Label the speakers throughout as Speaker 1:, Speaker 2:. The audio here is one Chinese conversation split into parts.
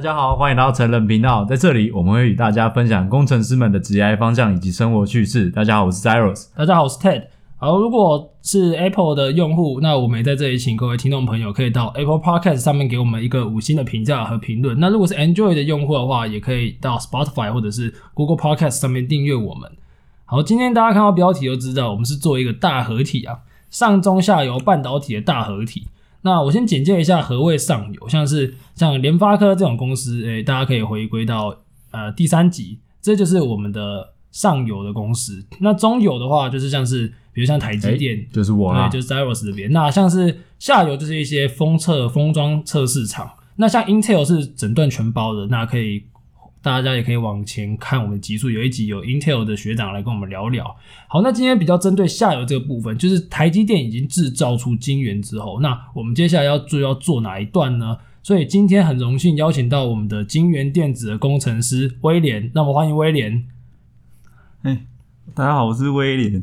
Speaker 1: 家好，欢迎来到成人频道，在这里我们会与大家分享工程师们的职业方向以及生活趣事。大家好，我是 Zeros。
Speaker 2: 大家好，我是 Ted。好，如果是 Apple 的用户，那我们也在这里请各位听众朋友可以到 Apple Podcast 上面给我们一个五星的评价和评论。那如果是 Android 的用户的话，也可以到 Spotify 或者是 Google Podcast 上面订阅我们。好，今天大家看到标题就知道，我们是做一个大合体啊，上中下游半导体的大合体。那我先简介一下何谓上游，像是像联发科这种公司，诶、大家可以回归到呃第三集，这就是我们的上游的公司。那中游的话，就是像是比如像台积电，
Speaker 1: 诶就是我啦
Speaker 2: 对，，就是 Zyros 这边。那像是下游就是一些封测、封装测试厂。那像 Intel 是整段全包的，那可以大家也可以往前看我们集数，有一集有 Intel 的学长来跟我们聊聊。好，那今天比较针对下游这个部分，就是台积电已经制造出晶圆之后，那我们接下来要就要做哪一段呢？所以今天很荣幸邀请到我们的晶圆电子的工程师威廉，那么欢迎威廉。
Speaker 3: 大家好，我是威廉。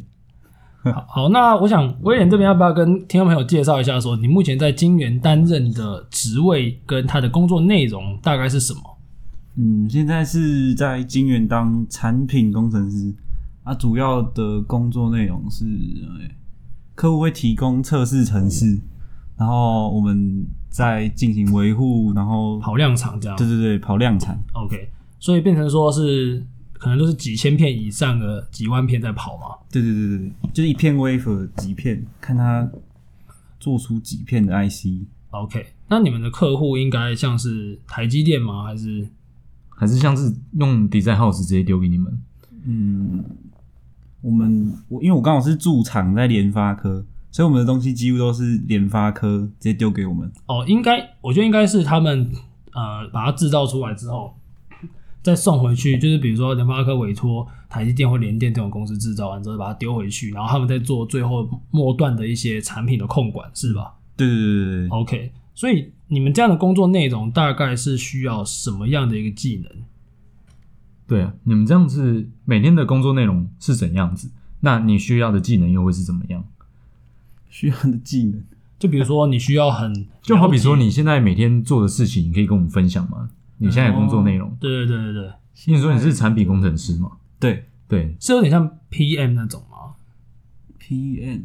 Speaker 2: 好好，那我想威廉这边要不要跟听众朋友介绍一下说你目前在金源担任的职位跟他的工作内容大概是什么？
Speaker 3: 嗯，现在是在金源当产品工程师，啊，主要的工作内容是、呃客户会提供测试程式，然后我们再进行维护，然后
Speaker 2: 跑量场这样
Speaker 3: 对对对跑量产，
Speaker 2: ，OK，所以变成说是可能都是几千片以上的几万片在跑嘛。
Speaker 3: 对对对对对，就是一片 wafer 几片，看它做出几片的 IC，
Speaker 2: OK，那你们的客户应该像是台积电吗？还是
Speaker 1: 还是像是用 Design House 直接丢给你们。
Speaker 3: 嗯，我们我因为我刚好是驻场在联发科，所以我们的东西几乎都是联发科直接丢给我们。
Speaker 2: 哦，应该我觉得应该是他们呃把它制造出来之后。再送回去，就是比如说联发科委托台积电或联电这种公司制造完之后，把它丢回去，然后他们再做最后末段的一些产品的控管，是吧
Speaker 3: 对对对对对，
Speaker 2: ？OK，所以你们这样的工作内容大概是需要什么样的一个技能？
Speaker 1: 对啊，你们这样子每天的工作内容是怎样子？那你需要的技能又会是怎么样？
Speaker 3: 需要的技能。
Speaker 2: 就比如说你需要很
Speaker 1: 就好比说
Speaker 2: 了解，
Speaker 1: 你现在每天做的事情，你可以跟我们分享吗？你现在的工作内容，
Speaker 2: 对对对对对，
Speaker 1: 因为你说你是产品工程师嘛？
Speaker 3: 对
Speaker 1: 对，
Speaker 2: 是有点像 PM 那种吗？
Speaker 3: PM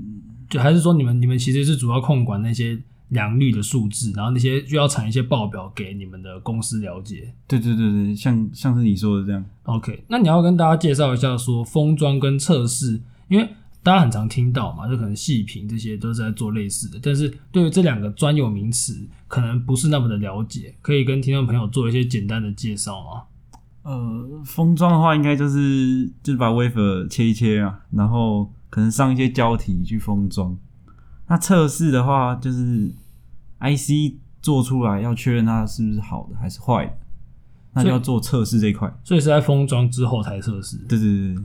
Speaker 2: 就还是说你们你们其实是主要控管那些良率的数字，然后那些需要产一些报表给你们的公司了解。
Speaker 3: 对对对对，像像是你说的这样，
Speaker 2: OK，那你要跟大家介绍一下说封装跟测试，因为大家很常听到嘛，就可能细品这些都是在做类似的，但是对于这两个专有名词可能不是那么的了解，可以跟听众朋友做一些简单的介绍吗？
Speaker 3: 呃，封装的话应该就是就是把 wafer 切一切啊，然后可能上一些胶体去封装。那测试的话就是 IC 做出来要确认它是不是好的还是坏的，那就要做测试这一块。
Speaker 2: 所以是在封装之后才测试。
Speaker 3: 对对对对。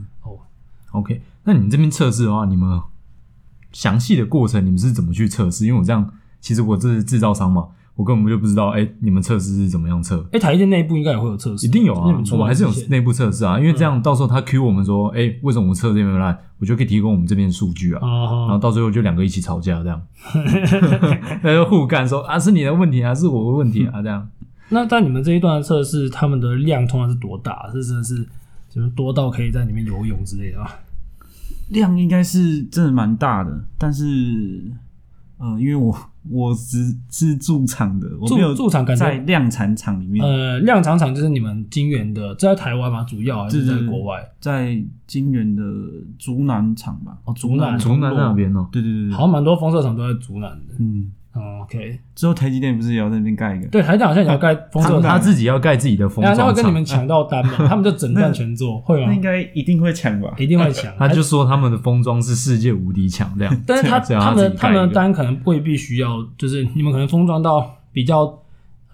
Speaker 1: OK，那你们这边测试的话，你们详细的过程你们是怎么去测试？因为我这样，其实我这是制造商嘛，我根本就不知道，哎、你们测试是怎么样测？
Speaker 2: 哎、台积电内部应该也会有测试，
Speaker 1: 一定有
Speaker 2: 就是你
Speaker 1: 啊
Speaker 2: 们，出
Speaker 1: 我们还是有
Speaker 2: 来之前
Speaker 1: 内部测试啊，
Speaker 2: 嗯
Speaker 1: 因为这样到时候他 Q 我们说，哎、为什么我们测这边没有来，我就可以提供我们这边的数据啊，
Speaker 2: 哦
Speaker 1: 然后到最后就两个一起吵架 这样，那就互干说啊是你的问题还、是我的问题啊这样。
Speaker 2: 那在你们这一段的测试，他们的量通常是多大？是真的是就是多到可以在里面游泳之类的吗？
Speaker 3: 量应该是真的蛮大的，但是，呃，因为我 我只是驻场的，我
Speaker 2: 驻
Speaker 3: 没有
Speaker 2: 驻场感觉
Speaker 3: 在量产厂里面，
Speaker 2: 呃，量场厂就是你们金源的，这在台湾吗？主要还是
Speaker 3: 对
Speaker 2: 在
Speaker 3: 对对
Speaker 2: 国外？
Speaker 3: 在金源的竹南厂吧。
Speaker 2: 哦，竹南，
Speaker 1: 竹南那边哦、
Speaker 3: 对对对对，
Speaker 2: 好像，蛮多封测厂都在竹南的。
Speaker 3: 嗯，
Speaker 2: 嗯，OK，
Speaker 3: 之后台积电不是也要在那边盖一个？
Speaker 2: 对，台长好像也要盖封测
Speaker 1: 他
Speaker 2: 厂，
Speaker 1: 自己要盖自己的封
Speaker 2: 然后他会
Speaker 1: 装
Speaker 2: 跟你
Speaker 1: 厂，
Speaker 2: 们抢到单嘛？他们就整段全做，会
Speaker 3: 那
Speaker 2: 吗
Speaker 3: 应？该一定会抢吧？
Speaker 2: 一定会抢。哎
Speaker 1: 他就说他们的封装是世界无敌强 这样。
Speaker 2: 但是他
Speaker 1: 只要他
Speaker 2: 他们
Speaker 1: 自己
Speaker 2: 他
Speaker 1: 盖一
Speaker 2: 们
Speaker 1: 个
Speaker 2: 的单可能未必需要，就是你们可能封装到比较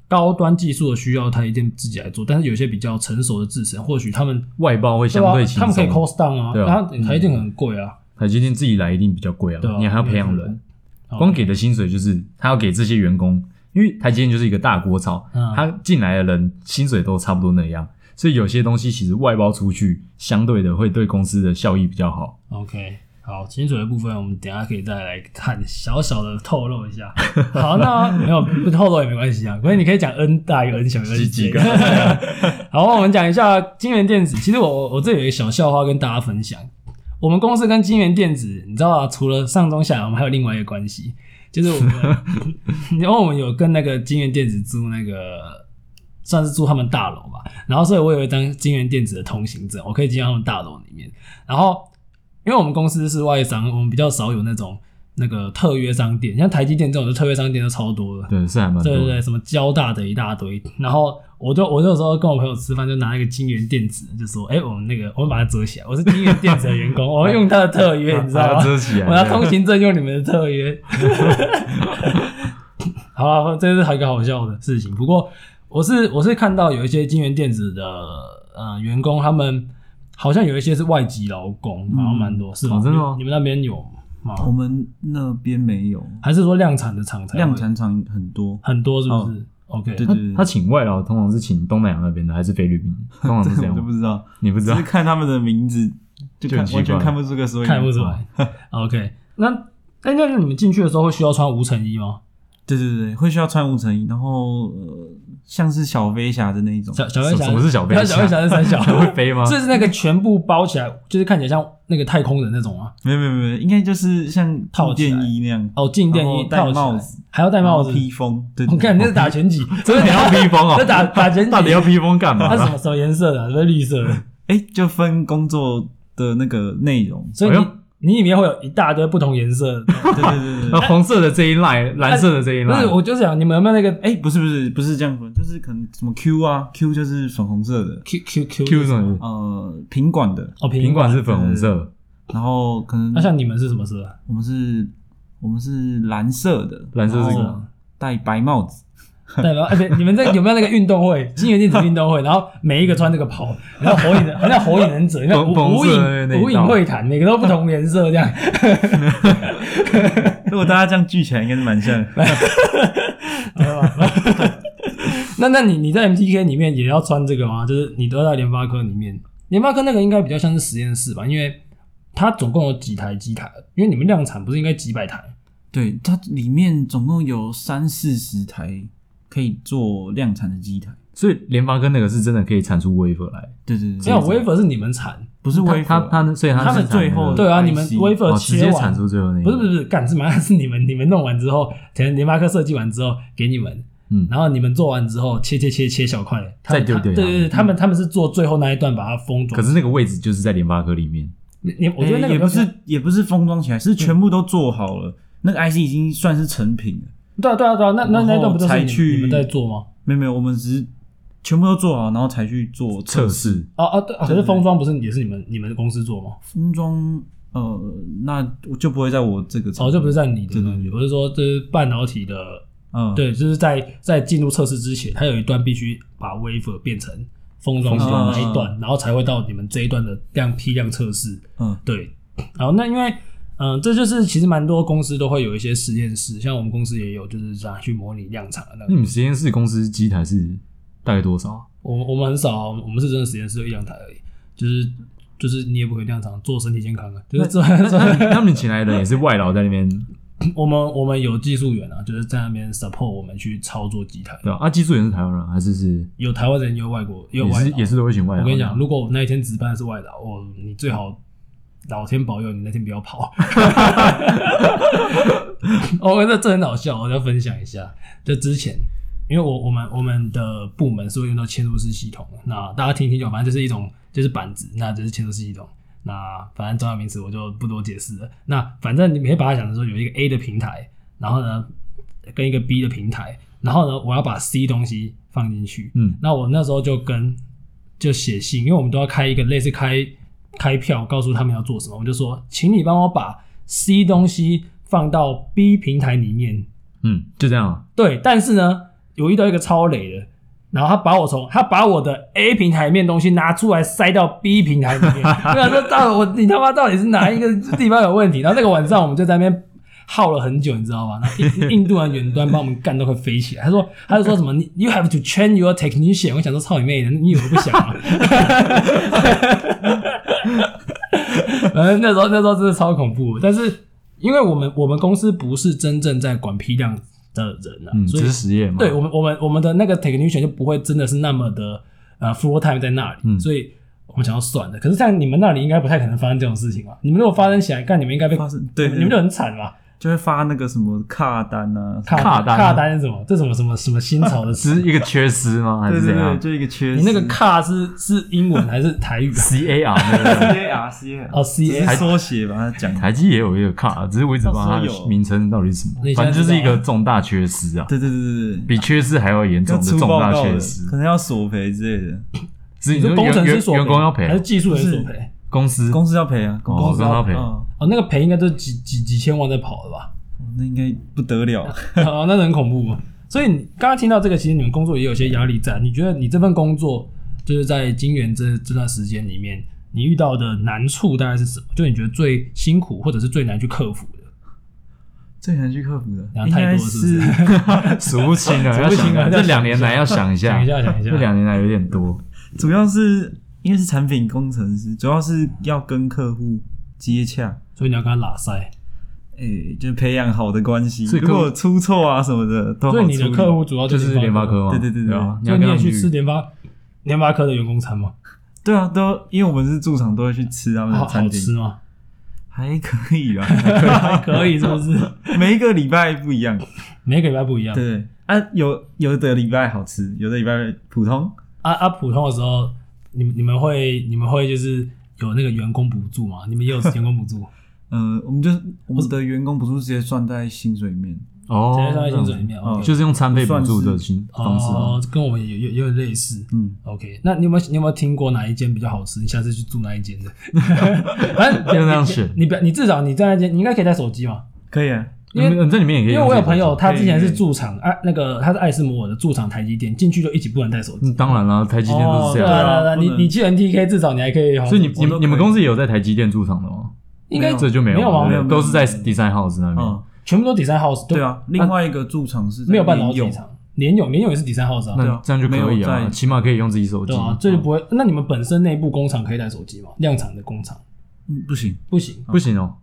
Speaker 2: 高端技术的需要，他一定自己来做。但是有些比较成熟的制程，或许他们
Speaker 1: 外包会
Speaker 2: 对
Speaker 1: 相
Speaker 2: 吧
Speaker 1: 对轻？
Speaker 2: 他们可以
Speaker 1: 松。
Speaker 2: cost down 啊，
Speaker 1: 对啊
Speaker 2: 然后台积电很贵啊，
Speaker 1: 台积电自己来一定比较贵啊，
Speaker 2: 对啊
Speaker 1: 你还要培养
Speaker 2: 没
Speaker 1: 人，
Speaker 2: 哦
Speaker 1: 光给的薪水就是他要给这些员工，因为台积电就是一个大锅炒，
Speaker 2: 嗯
Speaker 1: 他进来的人薪水都差不多那样，所以有些东西其实外包出去，相对的会对公司的效益比较好。
Speaker 2: OK。好，精准的部分我们等一下可以再来看，小小的透露一 下。好，那没有不透露也没关系啊，所以你可以讲 n 大于 n 小于 n
Speaker 1: 十几个
Speaker 2: 好，我们讲一下金源电子。其实我我我这有一个小笑话跟大家分享。我们公司跟金源电子，你知道啊，除了上中下，我们还有另外一个关系，就是我们，因为我们有跟那个金源电子租那个，算是住他们大楼吧。然后，所以我有一张金源电子的通行证，我可以进到他们大楼里面。然后，因为我们公司是外商，我们比较少有那种那个特约商店，像台积电这种的特约商店都超多的。
Speaker 1: 对，是还蛮多
Speaker 2: 对
Speaker 1: 的。
Speaker 2: 对对，什么交大的一大堆。然后我就我就有时候跟我朋友吃饭，就拿一个金源电子，就说：“哎、我们那个我们把它折起来，我是金源电子的员工，我要用它的特约，你知道
Speaker 1: 把
Speaker 2: 吗
Speaker 1: 它？遮起来
Speaker 2: 我要通行证用你们的特 约。”好啊，这是还有一个好笑的事情。不过我是我是看到有一些金源电子的呃员工，他们好像有一些是外籍劳工，好像蛮多，是吗？
Speaker 1: 哦真的吗
Speaker 2: 你们那边有吗？
Speaker 3: 我们那边没有
Speaker 2: 还是说量产的厂才会
Speaker 3: 量产厂很多，
Speaker 2: 很多，是不
Speaker 3: 哦
Speaker 2: 是、o k
Speaker 3: 对
Speaker 1: 他
Speaker 3: 对对，
Speaker 1: 他请外劳通常是请东南亚那边的，还是菲律宾？通常
Speaker 3: 这
Speaker 1: 是这
Speaker 3: 个
Speaker 1: 样
Speaker 3: 我就
Speaker 1: 吗
Speaker 3: 不？知道，
Speaker 1: 你不知
Speaker 3: 只
Speaker 1: 道
Speaker 3: 是？看他们的名字就
Speaker 1: 就
Speaker 3: 看
Speaker 1: 很奇怪
Speaker 3: 完全看不出个所以然
Speaker 2: 看不出。来。OK，那哎、那那你们进去的时候会需要穿无尘衣吗？
Speaker 3: 对对对，会需要穿无尘衣，然后呃，像是小飞侠的那一种，
Speaker 2: 小小飞侠
Speaker 1: 什么是小飞侠
Speaker 2: 那小飞侠是三小
Speaker 1: 会飞吗
Speaker 2: 这是那个全部包起来，就是看起来像那个太空人那种啊。
Speaker 3: 没有没有没有，应该就是像
Speaker 2: 套
Speaker 3: 套哦
Speaker 2: 起
Speaker 3: 件
Speaker 2: 来
Speaker 3: 衣那样，
Speaker 2: 哦，静电
Speaker 3: 然
Speaker 2: 衣
Speaker 3: 后戴
Speaker 2: 套起来
Speaker 3: 帽子，
Speaker 2: 还要戴帽
Speaker 3: 然
Speaker 2: 子
Speaker 3: 后。披风，对，
Speaker 2: 我
Speaker 3: 对
Speaker 2: 看你这是打拳 击，真
Speaker 1: 你
Speaker 2: 的
Speaker 1: 要披风 哦
Speaker 2: 这打打拳击，
Speaker 1: 到底要披风干嘛
Speaker 2: 它？是什么什么颜色的啊？是不是绿色 的？，
Speaker 3: 哎，就分工作的那个内容
Speaker 2: 所以
Speaker 1: 哎
Speaker 2: 你
Speaker 1: 呦
Speaker 2: 你里面会有一大堆不同颜色的。
Speaker 3: 对对对对
Speaker 1: 那
Speaker 3: 对。
Speaker 1: 红色的这一赖，蓝色的这一
Speaker 2: 不
Speaker 1: 赖
Speaker 2: 是，，我就是想你们有没有那个
Speaker 3: 哎，不是不是不是这样分，就是可能什么 Q 啊，Q 就是粉红色的，
Speaker 2: Q Q Q
Speaker 1: Q 是什么？
Speaker 3: 呃，品管的，
Speaker 2: 哦
Speaker 1: 苹
Speaker 2: 苹
Speaker 1: 管是粉红色，
Speaker 3: 然后可能
Speaker 2: 那像你们是什么色 啊？
Speaker 3: 我们是，我们是蓝色的，
Speaker 1: 蓝色是什
Speaker 3: 然
Speaker 1: 么
Speaker 3: 后戴白帽子，
Speaker 2: 代表哎，不是你们这有没有那个运动会？金源电子运动会，然后每一个穿这个袍，然后火影的，好像火影忍者，你 看
Speaker 1: 粉
Speaker 2: 无
Speaker 1: 粉
Speaker 2: 无
Speaker 1: 色的那
Speaker 2: 影
Speaker 1: 一
Speaker 2: 无影
Speaker 1: 道
Speaker 2: 会谈，每个都不同颜色这样。
Speaker 3: 如果大家这样聚起来，应该是蛮像的。
Speaker 2: 那那你你在 MTK 里面也要穿这个吗？就是你都在联发科里面，联发科那个应该比较像是实验室吧，因为它总共有几台机台，因为你们量产不是应该几百台？
Speaker 3: 对，它里面总共有三四十台可以做量产的机台。
Speaker 1: 所以联发科那个是真的可以产出 wafer 来，
Speaker 3: 对对
Speaker 2: 没
Speaker 3: 对，
Speaker 2: 有 wafer 是你们产，
Speaker 3: 不是
Speaker 1: 它
Speaker 3: wafer，
Speaker 1: 它它所以它
Speaker 3: 他们
Speaker 1: 是产
Speaker 3: 最后
Speaker 1: 那个
Speaker 2: 对啊，你们
Speaker 3: IC
Speaker 2: wafer
Speaker 1: 哦直接
Speaker 2: 切完
Speaker 1: 产。出最后那一
Speaker 2: 不
Speaker 1: 个
Speaker 2: 是不是不是，干什么？是你们你们弄完之后，可能联发科设计完之后给你们，
Speaker 1: 嗯
Speaker 2: 然后你们做完之后切切切切小块，他们
Speaker 1: 再丢
Speaker 2: 他
Speaker 1: 给
Speaker 2: 对
Speaker 1: 他
Speaker 2: 对
Speaker 1: 们
Speaker 2: 对，他们他们是做最后那一段把它封住。
Speaker 1: 可是那个位置就是在联发科里面，
Speaker 2: 你你我觉得那
Speaker 3: 诶
Speaker 2: 个比较
Speaker 3: 也不是也不是封装起来，是全部都做好了，那个 IC 已经算是成品了。
Speaker 2: 对啊对啊对啊，那那那一段不就是
Speaker 3: 然后
Speaker 2: 你
Speaker 3: 才去
Speaker 2: 你们在做吗？
Speaker 3: 没有没有，我们只是全部都做好，然后才去做
Speaker 1: 测
Speaker 3: 测试
Speaker 1: 试
Speaker 2: 哦哦对，哦可是
Speaker 3: 对对
Speaker 2: 封装不是也是你们你们公司做吗？
Speaker 3: 封装。呃，那我就不会在我这个
Speaker 2: 哦，这不是在你的
Speaker 3: 对对
Speaker 2: 东西，
Speaker 3: 对
Speaker 2: 我是说这是半导体的，
Speaker 3: 嗯
Speaker 2: 对，就是在在进入测试之前，它有一段必须把 wafer 变成封装啊
Speaker 1: 封
Speaker 3: 装
Speaker 2: 的那一段，然后才会到你们这一段的量批量测试。
Speaker 3: 嗯
Speaker 2: 对，然后那因为嗯、呃这就是其实蛮多公司都会有一些实验室，像我们公司也有，就是拿去模拟量产的那
Speaker 1: 那
Speaker 2: 个。
Speaker 1: 你们实验室公司机台是大概多少啊？
Speaker 2: 我我们很少啊，我们是真的实验室有一两台而已，就是就是你也不可以量产做身体健康啊，就是做做
Speaker 1: 那那他们请来的人也是外劳在那边，
Speaker 2: 我们我们有技术员啊，就是在那边 support 我们去操作机台。
Speaker 1: 对吧？啊，技术员是台湾人还是是
Speaker 2: 有台湾人，也有外国，也有
Speaker 1: 也
Speaker 2: 外
Speaker 1: 是
Speaker 2: 劳
Speaker 1: 也是都会请外劳？
Speaker 2: 我跟你讲，，如果我那一天值班的是外劳，我你最好老天保佑你那天不要跑。 哦，那这很好笑，我要分享一下。就之前，因为我我们我们的部门是会用到嵌入式系统的，那大家听听就好，反正就是一种就是板子，那就是嵌入式系统。那反正专有名词我就不多解释了。那反正你可以把它想成说有一个 A 的平台，然后呢跟一个 B 的平台，然后呢我要把 C 东西放进去，
Speaker 1: 嗯，
Speaker 2: 那我那时候就跟就写信，因为我们都要开一个类似开开票，告诉他们要做什么。我就说，请你帮我把 C 东西放到 B 平台里面。
Speaker 1: 嗯，就这样啊，
Speaker 2: 对，但是呢，有遇到一个超雷的，然后他把我从他把我的 A 平台里面的东西拿出来塞到 B 平台里面。 我想说，到底我你他妈到底是哪一个地方有问题？然后那个晚上我们就在那边。耗了很久，你知道吗？然后印印度人远端把我们干到快飞起来。他说，他就说什么你 you have to train your 啊 technician。我想说，操你妹的，你以为我不想吗？反呃正那时候那时候真的超恐怖，但是因为我们我们公司不是真正在管批量的人啊，
Speaker 1: 嗯，
Speaker 2: 所
Speaker 1: 只
Speaker 2: 以
Speaker 1: 是实验嘛。
Speaker 2: 对我们我们我们的那个 technician 就不会真的是那么的呃 full time 在那里，
Speaker 1: 嗯
Speaker 2: 所以我们想要算的。可是像你们那里应该不太可能发生这种事情吧？你们如果发生起来，干你们应该被
Speaker 3: 发生对，
Speaker 2: 你们就很惨吧？
Speaker 3: 就会发那个什么卡单啊，
Speaker 1: 卡单
Speaker 2: 卡单是什么？这什么什么什么新潮的词？
Speaker 1: 只 是一个缺失吗？还
Speaker 3: 对
Speaker 1: 是
Speaker 3: 对
Speaker 1: 怎
Speaker 3: 对，
Speaker 1: 样
Speaker 3: 就一个缺失。
Speaker 2: 你那个卡是是英文还是台语啊？
Speaker 1: ？C A R 那个
Speaker 3: C R C R
Speaker 2: 哦，C
Speaker 3: 只
Speaker 2: A
Speaker 3: 是缩写把它讲。
Speaker 1: 台积也有一个卡，只是我一直不知道它
Speaker 3: 到时候
Speaker 1: 的
Speaker 3: 有
Speaker 1: 名称到底是什么
Speaker 2: 那你，现
Speaker 1: 反
Speaker 2: 在
Speaker 1: 正就是一个重大缺失啊，
Speaker 3: 对对对对对，
Speaker 1: 比缺失还要严
Speaker 3: 要
Speaker 1: 重
Speaker 3: 出
Speaker 1: 的重
Speaker 3: 报
Speaker 1: 大
Speaker 3: 告
Speaker 1: 缺
Speaker 3: 的，
Speaker 1: 失
Speaker 3: 可，能要索赔之类的，
Speaker 1: 所以
Speaker 2: 你说
Speaker 1: 员
Speaker 2: 工程师
Speaker 1: 员
Speaker 2: 索赔
Speaker 1: 员工要赔啊
Speaker 2: 还是技术人所赔？
Speaker 1: 公司，
Speaker 3: 公司要赔啊，
Speaker 1: 哦
Speaker 3: 公司
Speaker 1: 公司要赔
Speaker 3: 哦，
Speaker 2: 哦，那个赔应该都几几几千万在跑了吧？
Speaker 3: 那应该不得了。
Speaker 2: 哦，那很恐怖。所以你刚刚听到这个，其实你们工作也有些压力在。你觉得你这份工作就是在金源这这段时间里面，你遇到的难处大概是什么？就你觉得最辛苦或者是最难去克服的？
Speaker 3: 最难去克服的
Speaker 2: 然，后
Speaker 3: 应
Speaker 2: 太
Speaker 3: 该
Speaker 2: 多是
Speaker 3: 是
Speaker 2: 不
Speaker 1: 数不清了，
Speaker 2: 数
Speaker 1: 要
Speaker 2: 不清
Speaker 1: 想一
Speaker 2: 了要
Speaker 1: 下这
Speaker 2: 想
Speaker 1: 两年
Speaker 2: 一下
Speaker 1: 来要想一下，
Speaker 2: 想一下，想一下
Speaker 1: 这。两年来有点多，
Speaker 3: 主要是因为是产品工程师，主要是要跟客户接洽，
Speaker 2: 所以你要跟他拉塞。
Speaker 3: 诶，就培养好的关系。
Speaker 1: 所以
Speaker 3: 如
Speaker 1: 客户
Speaker 3: 果出错啊什么的，都好
Speaker 2: 所以你
Speaker 3: 处
Speaker 2: 的
Speaker 3: 理
Speaker 2: 客户主要
Speaker 1: 就是联发科
Speaker 2: 嘛，
Speaker 1: 嘛，
Speaker 3: 对对对对
Speaker 1: 吧？你
Speaker 2: 所
Speaker 1: 要
Speaker 2: 以你
Speaker 1: 跟他
Speaker 2: 也
Speaker 1: 们
Speaker 2: 去吃联发联发科的员工餐吗？
Speaker 3: 对啊，都因为我们是驻场，都会去吃他们
Speaker 2: 好
Speaker 3: 的嗯餐
Speaker 2: 好
Speaker 3: 厅，
Speaker 2: 吃吗？
Speaker 3: 还可以啊，
Speaker 2: 还可以是不是？
Speaker 3: 每一个礼拜不一样。
Speaker 2: 每个礼拜不一样。
Speaker 3: 对啊，有有的礼拜好吃，有的礼拜普通。
Speaker 2: 啊啊，普通的时候，你们你们会你们会就是有那个员工补助吗？你们也有员工补助？
Speaker 3: 嗯，我们就是我们的员工不是直接算在薪水里面，
Speaker 2: 直接算在薪
Speaker 1: 哦
Speaker 2: 水里，面。
Speaker 3: 嗯
Speaker 2: OK
Speaker 1: 就是用餐费补助的形方式啊，
Speaker 2: 哦，跟我们有有有点类似。
Speaker 3: 嗯，
Speaker 2: OK，那你有没有你有没有听过哪一间比较好吃？你下次去住哪一间的？ 反 正
Speaker 1: 要这样选
Speaker 2: 你不要，你至少你在那间，你应该可以带手机嘛。
Speaker 3: 可以啊，
Speaker 2: 因为
Speaker 1: 你们这里面也可以
Speaker 2: 因为
Speaker 1: 用
Speaker 2: 我
Speaker 1: 这
Speaker 2: 有
Speaker 1: 个东西，
Speaker 2: 朋友，他之前
Speaker 3: 可
Speaker 2: 是
Speaker 3: 以
Speaker 2: 驻场啊，那个他是艾斯摩尔的驻场台积电，进去就一起不能带手机。
Speaker 1: 嗯，当然啦，台积电都是这
Speaker 2: 对
Speaker 1: 样
Speaker 2: 啊对
Speaker 1: 啊，
Speaker 2: 啊，对啊
Speaker 3: 不
Speaker 2: 你
Speaker 3: 能
Speaker 2: 你去 NTK 至少你还可以好好
Speaker 1: 所
Speaker 2: 手
Speaker 1: 以
Speaker 2: 机。
Speaker 1: 你你们你们公司也有在台积电驻场的吗？
Speaker 2: 应该
Speaker 3: 没有
Speaker 1: 这就没有
Speaker 2: 没有啊
Speaker 1: 了
Speaker 2: 没
Speaker 3: 有没有
Speaker 1: 都是在 Design House 那边。
Speaker 3: 嗯，
Speaker 2: 全部都 design house
Speaker 3: 对啊。另外一个驻场是在
Speaker 2: 没有半导体
Speaker 3: 联咏
Speaker 2: 厂，联咏联咏也是第三号厂，
Speaker 3: 对
Speaker 1: 那嗯
Speaker 3: 啊
Speaker 1: 这样就可
Speaker 3: 没
Speaker 1: 以
Speaker 3: 有
Speaker 1: 啊，
Speaker 3: 在
Speaker 1: 起码可以用自己手机
Speaker 2: 对。啊，这就不会。那你们本身内部工厂可以带手机吗？量产的工厂
Speaker 3: 嗯，不行，
Speaker 2: 不行
Speaker 1: 不行哦，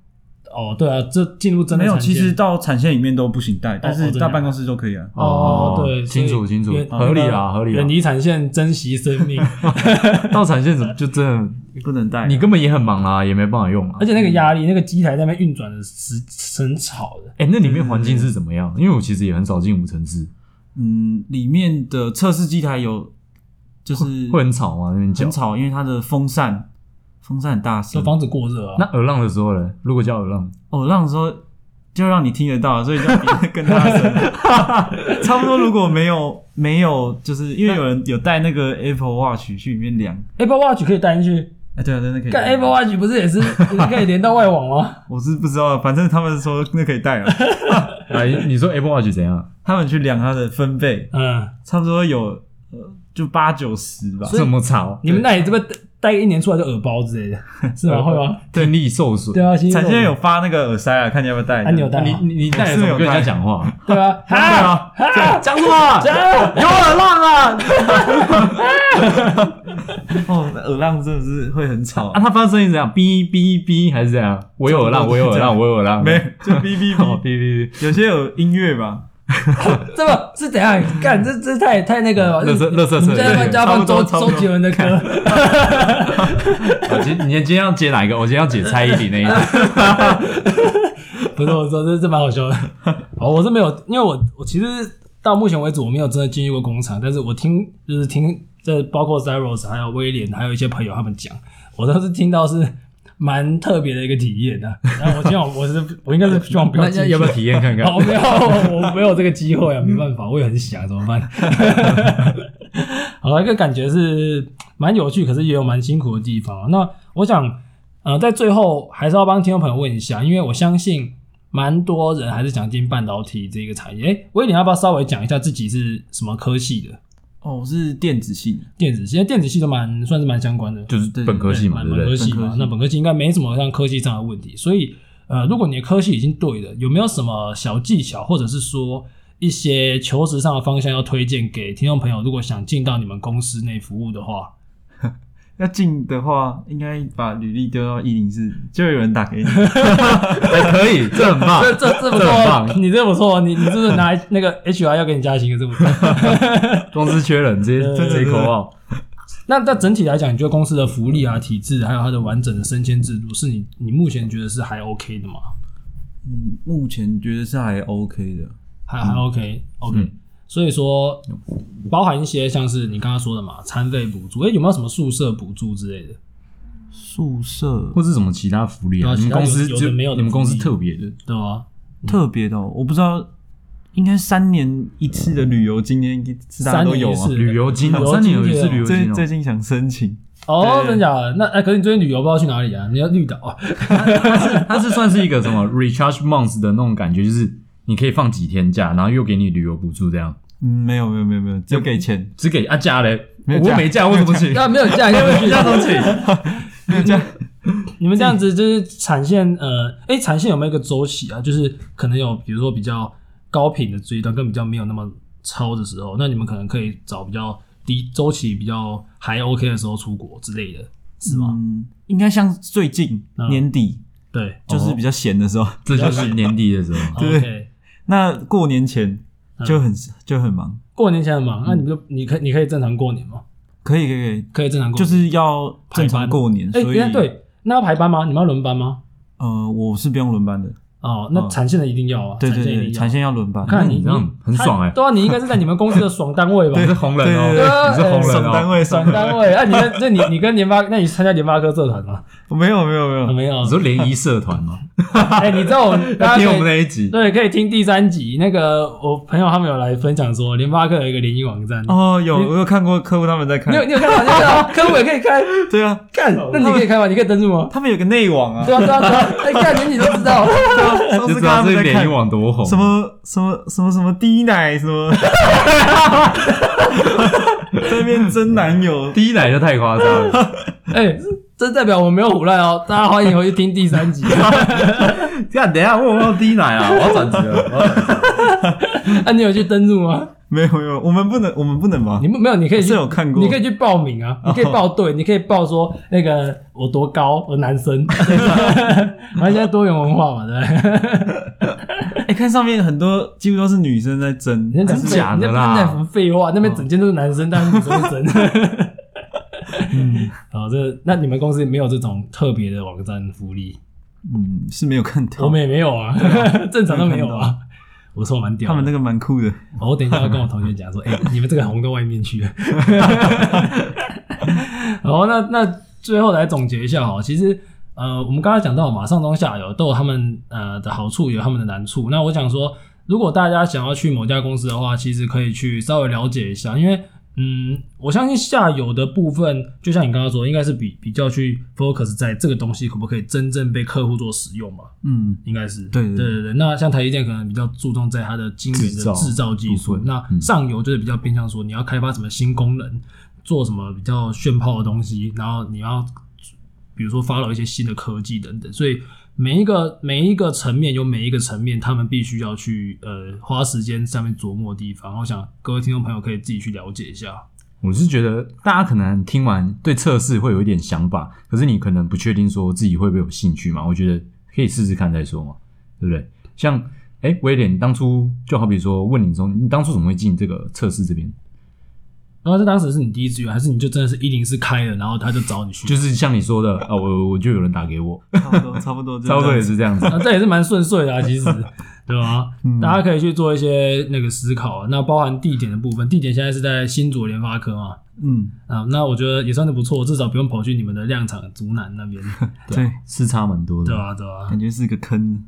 Speaker 2: 哦，对啊，这进入真的
Speaker 3: 没有，
Speaker 2: 产
Speaker 3: 其
Speaker 2: 线
Speaker 3: 实到产线里面都不行带，但
Speaker 2: 哦
Speaker 3: 是
Speaker 2: 真的
Speaker 3: 到办公室就可以啊。
Speaker 2: 哦，对，
Speaker 1: 清
Speaker 2: 所
Speaker 1: 楚
Speaker 2: 以
Speaker 1: 清楚
Speaker 2: 远，
Speaker 1: 合理啦合理啊
Speaker 2: 远
Speaker 1: 啦。
Speaker 2: 离产线，珍惜生 命，
Speaker 1: 到产线怎么就真的，
Speaker 3: 不能带啊，
Speaker 1: 你根本也很忙啦，也没办法用啊
Speaker 2: 而。且那个压力，那个机台在那边运转的时很吵的，
Speaker 1: 哎，那里面环境是怎么样？因为我其实也很少进五层市，
Speaker 3: 嗯，里面的测试机台有就是
Speaker 1: 会很吵啊吗？那边叫
Speaker 3: 很。吵，因为它的风扇风扇很大
Speaker 2: 就
Speaker 3: 声，
Speaker 2: 防止过热啊。
Speaker 1: 那耳浪的时候呢？如果叫 耳浪，
Speaker 3: 哦，那种时候就让你听得到，所以就比更大声。 差不多，如果没有没有，就是因为有人有带那个 Apple Watch 去里面量，
Speaker 2: Apple Watch 可以带进去，
Speaker 3: 哎，对啊，对，那可以带。
Speaker 2: 但 Apple Watch 不是也是也可以连到外网 吗？
Speaker 3: 我是不知道，反正他们说那可以带啊。
Speaker 1: 哎，你说 Apple Watch 怎样？
Speaker 3: 他们去量它的分贝，
Speaker 2: 嗯，
Speaker 3: 差不多有呃就八九十吧。
Speaker 1: 这么吵，
Speaker 2: 你们那里这边带一年出来就耳包之类 的，是吗？会吗？
Speaker 1: 听力受损
Speaker 2: 对。啊，新
Speaker 3: 产线有发那个耳塞啊，看你要不要带。
Speaker 2: 啊你有带
Speaker 1: 你
Speaker 2: 吗
Speaker 1: 你你带着怎么跟人家讲话？
Speaker 2: 对 啊，
Speaker 3: 对啊
Speaker 2: 哈哈
Speaker 1: 讲什么？
Speaker 2: 讲
Speaker 1: 有耳浪啊！
Speaker 3: 哦，那耳浪真的是会很吵
Speaker 1: 啊，，他发声音怎样？哔哔哔还是怎样？我有耳浪，我有耳浪，我有耳浪。
Speaker 3: 没 就哔哔
Speaker 1: 哦，
Speaker 3: 哔，
Speaker 1: 哔哔哔，
Speaker 3: 有些有音乐吧。
Speaker 2: 这个是怎样？干这这太太那个了，
Speaker 1: 垃圾垃圾
Speaker 2: 你们在帮
Speaker 1: 车
Speaker 2: 加
Speaker 3: 差
Speaker 2: 放
Speaker 3: 不
Speaker 2: 周
Speaker 3: 多差不
Speaker 2: 周
Speaker 3: 多
Speaker 2: 杰伦的歌，
Speaker 1: 我哦今你今天要接哪一个？我今天要解蔡依林那 一个。
Speaker 2: 不是我说这这蛮好笑 的。哦，我是没有，因为我我其实到目前为止我没有真的进入过工厂，但是我听就是听这包括 Zeros 还有威廉还有一些朋友他们讲，我倒是听到是蛮特别的一个体验的、然后我希望我是我应该是希望不要
Speaker 1: 那
Speaker 2: 进去
Speaker 1: 要不要体验 看看？
Speaker 2: 哦，没有，我我没有这个机会啊，没办法，我也很想，怎么办？ 好了，一个感觉是蛮有趣，可是也有蛮辛苦的地方啊。那我想，呃，在最后还是要帮听众朋友问一下，因为我相信蛮多人还是想进半导体这个产业。哎，威廉要不要稍微讲一下自己是什么科系的？
Speaker 3: 哦，我是电子系的，
Speaker 2: 电子系，因为电子系都蛮算是蛮相关的，
Speaker 1: 就是本科系嘛，
Speaker 2: 蛮
Speaker 1: 对不
Speaker 2: 本科
Speaker 1: 对？
Speaker 2: 系
Speaker 3: 本
Speaker 2: 嘛
Speaker 3: 科，系
Speaker 2: 那本科系应该没什么像科技上的问题，所以呃，如果你的科系已经对了，有没有什么小技巧，或者是说一些求职上的方向要推荐给听众朋友？如果想进到你们公司内服务的话，
Speaker 3: 要进的话，应该把履历丢到一零四，就有人打 给你。
Speaker 1: 还哎可以，这很棒，
Speaker 2: 这这这不
Speaker 1: 啊这很
Speaker 2: 错，
Speaker 1: 棒
Speaker 2: 你这不错，你你这是拿那个 HR 要给你加薪的， 这不错。
Speaker 1: 公司缺人，直接
Speaker 2: 对
Speaker 1: 直接口号。
Speaker 2: 那那整体来讲，你觉得公司的福利啊、体制，还有它的完整的升迁制度，是你你目前觉得是还 OK 的吗？
Speaker 3: 嗯，目前觉得是还 OK 的。
Speaker 2: 还还 OK OK，、
Speaker 1: 嗯
Speaker 2: 所以说包含一些像是你刚刚说的嘛，餐费补助，哎、有没有什么宿舍补助之类的？
Speaker 3: 宿舍
Speaker 1: 或是什么其他福利
Speaker 2: 对
Speaker 1: 啊？
Speaker 2: 啊
Speaker 1: 你们公
Speaker 2: 其他
Speaker 1: 司
Speaker 2: 有有
Speaker 1: 就
Speaker 2: 的没有的
Speaker 1: 你们公司
Speaker 2: 福利
Speaker 1: 特别的，
Speaker 2: 对吧？
Speaker 3: 特别的哦、我不知道，应该三年一次的旅游今天是大家
Speaker 2: 三
Speaker 3: 都
Speaker 2: 年
Speaker 3: 有
Speaker 2: 一
Speaker 3: 啊
Speaker 2: 次。
Speaker 1: 旅游金
Speaker 2: 旅
Speaker 1: 哦，
Speaker 2: 游
Speaker 1: 三
Speaker 2: 金
Speaker 1: 年有一次
Speaker 2: 对哦
Speaker 1: 旅游
Speaker 3: 最
Speaker 1: 金
Speaker 3: 最
Speaker 1: 哦，
Speaker 3: 近想申请，
Speaker 2: 哦，
Speaker 3: 对
Speaker 2: 真假的？那哎、可是你最近旅游不知道去哪里啊？你要绿岛 啊？
Speaker 1: 它是算是一个什么 recharge month 的那种感觉，就是你可以放几天假，然后又给你旅游补助，这样
Speaker 3: 嗯，没有没有没有没有，只有给钱，
Speaker 1: 只给啊假嘞，
Speaker 3: 没有
Speaker 1: 我
Speaker 3: 假
Speaker 1: 没假，我怎么 请？
Speaker 2: 那没有假，你要去
Speaker 1: 假怎么请？
Speaker 3: 没有这样。
Speaker 2: 你们这样子就是产线，呃，哎、产线有没有一个周期啊？就是可能有，比如说比较高频的这一段，跟比较没有那么超的时候，那你们可能可以找比较低周期、比较还 OK 的时候出国之类的，是吗？
Speaker 3: 嗯，应该像最近
Speaker 2: 嗯
Speaker 3: 年底，
Speaker 2: 对哦
Speaker 3: 就是比较闲的时候，
Speaker 1: 这就是年底的时候，
Speaker 3: 对
Speaker 2: ，OK。
Speaker 3: 那过年前
Speaker 2: 嗯
Speaker 3: 就很就很忙，
Speaker 2: 过年前很
Speaker 3: 嗯
Speaker 2: 忙，那你就你可以你可以正常过年吗？
Speaker 3: 可以可以可以，
Speaker 2: 可以正常过
Speaker 3: 就
Speaker 2: 年，
Speaker 3: 是要正常过年，
Speaker 2: 哎，
Speaker 3: 所以
Speaker 2: 原来对，那要排班吗？你们要轮班吗？
Speaker 3: 呃，我是不用轮班的，
Speaker 2: 哦，那
Speaker 3: 嗯
Speaker 2: 产线的一定要啊，
Speaker 3: 对对
Speaker 2: 线一
Speaker 3: 对，
Speaker 2: 定要
Speaker 3: 产线要轮班，
Speaker 2: 看你
Speaker 1: 你这样很爽哎，
Speaker 2: 对啊，你应该是在你们公司的爽单位吧？
Speaker 1: 你是红人哦，
Speaker 3: 欸对对
Speaker 2: 对
Speaker 1: 你是红
Speaker 2: 嗯
Speaker 1: 人
Speaker 3: 省单
Speaker 1: 哦。
Speaker 3: 位
Speaker 2: 爽
Speaker 3: 省单
Speaker 2: 单位，啊那你跟那你你跟联发，那你参加联发科社团 吗？
Speaker 3: 位，没有没有没有，
Speaker 2: 没有啊
Speaker 1: 你，说联谊社团吗？
Speaker 2: 哎，你知道我们大家
Speaker 1: 要听我们
Speaker 2: 可以
Speaker 1: 那一集，
Speaker 2: 对可以听第三集，那个我朋友他们有来分享说联发科有一个联谊网站，
Speaker 3: 哦，有我有看过客户他们在看
Speaker 2: 你，有你有看到？你有看 到？科委可以开，
Speaker 3: 对啊，
Speaker 2: 看，那你可以开吗？你可以登录吗？
Speaker 3: 他们有个内网啊，
Speaker 2: 对啊对啊对啊，哎，看连你都知道，
Speaker 3: 上
Speaker 1: 就
Speaker 3: 次看
Speaker 1: 知
Speaker 3: 他
Speaker 1: 道
Speaker 3: 们
Speaker 1: 这
Speaker 3: 在
Speaker 1: 联谊
Speaker 3: 看
Speaker 1: 网多红。
Speaker 3: 什？么什么什么什么滴奶什么，在那边真男友，
Speaker 1: 第一奶就太夸张 了，
Speaker 2: 哎，这代表我们没有胡乱哦，大家欢迎回去听第三集。
Speaker 1: 这样等一下问我有没有第一奶啊，我要转职了我要转职了。
Speaker 2: 那啊你有去登录吗？
Speaker 3: 没有没有，我们不能我们不能吧
Speaker 2: 你？们没有，你可以去
Speaker 3: 是有看过
Speaker 2: 你可以去报名啊，你可以报队，你可以报说那个我多高，我男生， 然后现在多元文化嘛，对不对？
Speaker 3: 哎，看上面很多几乎都是女生在争，
Speaker 2: 你在讲
Speaker 1: 真假的啦
Speaker 2: 你在讲什么废话？那边整间都是男生，但是女生是真。 好，这那你们公司没有这种特别的网站福利，
Speaker 3: 嗯，是没有看到
Speaker 2: 我，们也没有啊， 正常都没有啊。我说我蛮屌的，
Speaker 3: 他们那个蛮酷的，
Speaker 2: 哦我等一下要跟我同学讲说，哎、你们这个红到外面去了。 然后那那最后来总结一下哈，其实呃，我们刚才讲到嘛，上中下游都有他们呃的好处，有他们的难处。那我想说，如果大家想要去某家公司的话，其实可以去稍微了解一下，因为嗯，我相信下游的部分，就像你刚刚说，应该是比比较去 focus 在这个东西可不可以真正被客户做使用嘛，
Speaker 3: 嗯，
Speaker 2: 应该是
Speaker 3: 对
Speaker 2: 对
Speaker 3: 对
Speaker 2: 对对。那像台积电可能比较注重在它的晶圆
Speaker 1: 制
Speaker 2: 的
Speaker 1: 造
Speaker 2: 制造技术
Speaker 1: 部，分
Speaker 2: 那上游就是比较偏向说你要开发什么新功能，做什么比较炫炮的东西，然后你要比如说发了一些新的科技等等，所以。每一个每一个层面有每一个层面，他们必须要去呃花时间上面琢磨的地方。我想各位听众朋友可以自己去了解一下。
Speaker 1: 我是觉得大家可能听完对测试会有一点想法，可是你可能不确定说自己会不会有兴趣嘛？我觉得可以试试看再说嘛，对不对？像哎，威廉当初就好比说问你说，你当初怎么会进这个测试这边？
Speaker 2: 然后这当时是你第一志愿，还是你就真的是一零四开了，然后他就找你去？
Speaker 1: 就是像你说的啊，我我就有人打给 我，
Speaker 3: 差不多差不多，
Speaker 1: 差不多也是这样子。
Speaker 2: 啊，这也是蛮顺遂的啊，其实，对吧？
Speaker 1: 嗯
Speaker 2: 大家可以去做一些那个思考啊。那包含地点的部分，地点现在是在新竹联发科嘛，
Speaker 3: 嗯，
Speaker 2: 啊，那我觉得也算是不错，至少不用跑去你们的量产竹南那边，
Speaker 3: 对，
Speaker 1: 是差蛮多的，
Speaker 2: 对啊吧？对吧？
Speaker 3: 感觉是个坑。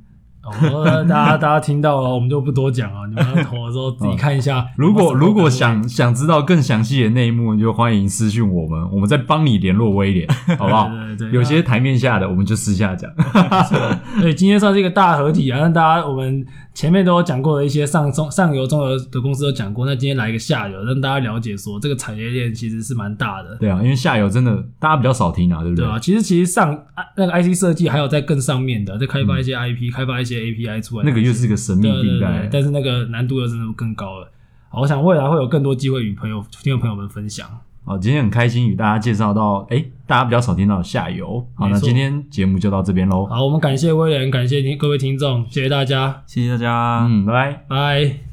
Speaker 2: 哦，大家大家听到了，我们就不多讲啊了，你们要投的时候自己看一下。
Speaker 1: 如果如果想想知道更详细的内幕，你就欢迎私讯我们，我们再帮你联络威 廉，好不好？
Speaker 2: 对对对对
Speaker 1: 有些台面下的我们就私下讲。
Speaker 2: 对，今天算是一个大合体啊，让大家我们前面都有讲过的一些上中上游、中游的公司都讲过，那今天来一个下游，让大家了解说这个产业链其实是蛮大的。
Speaker 1: 对啊，因为下游真的大家比较少听啊，对不
Speaker 2: 对
Speaker 1: 对？
Speaker 2: 啊，其实其实上啊那个 IC 设计还有在更上面的，在开发一些 IP，、开发一些 API 出来，
Speaker 1: 嗯那个又是个神秘
Speaker 2: 对对
Speaker 1: 地
Speaker 2: 对
Speaker 1: 带，，
Speaker 2: 但是那个难度又真的更高了。好，我想未来会有更多机会与朋友听众朋友们分享。
Speaker 1: 好，今天很开心与大家介绍到，哎，大家比较少听到的下游。好，
Speaker 2: 没
Speaker 1: 那
Speaker 2: 错
Speaker 1: 今天节目就到这边喽。
Speaker 2: 好，我们感谢威廉，感谢听各位听众，谢谢大家，
Speaker 3: 谢谢大家。
Speaker 1: 嗯，拜拜。
Speaker 2: 拜。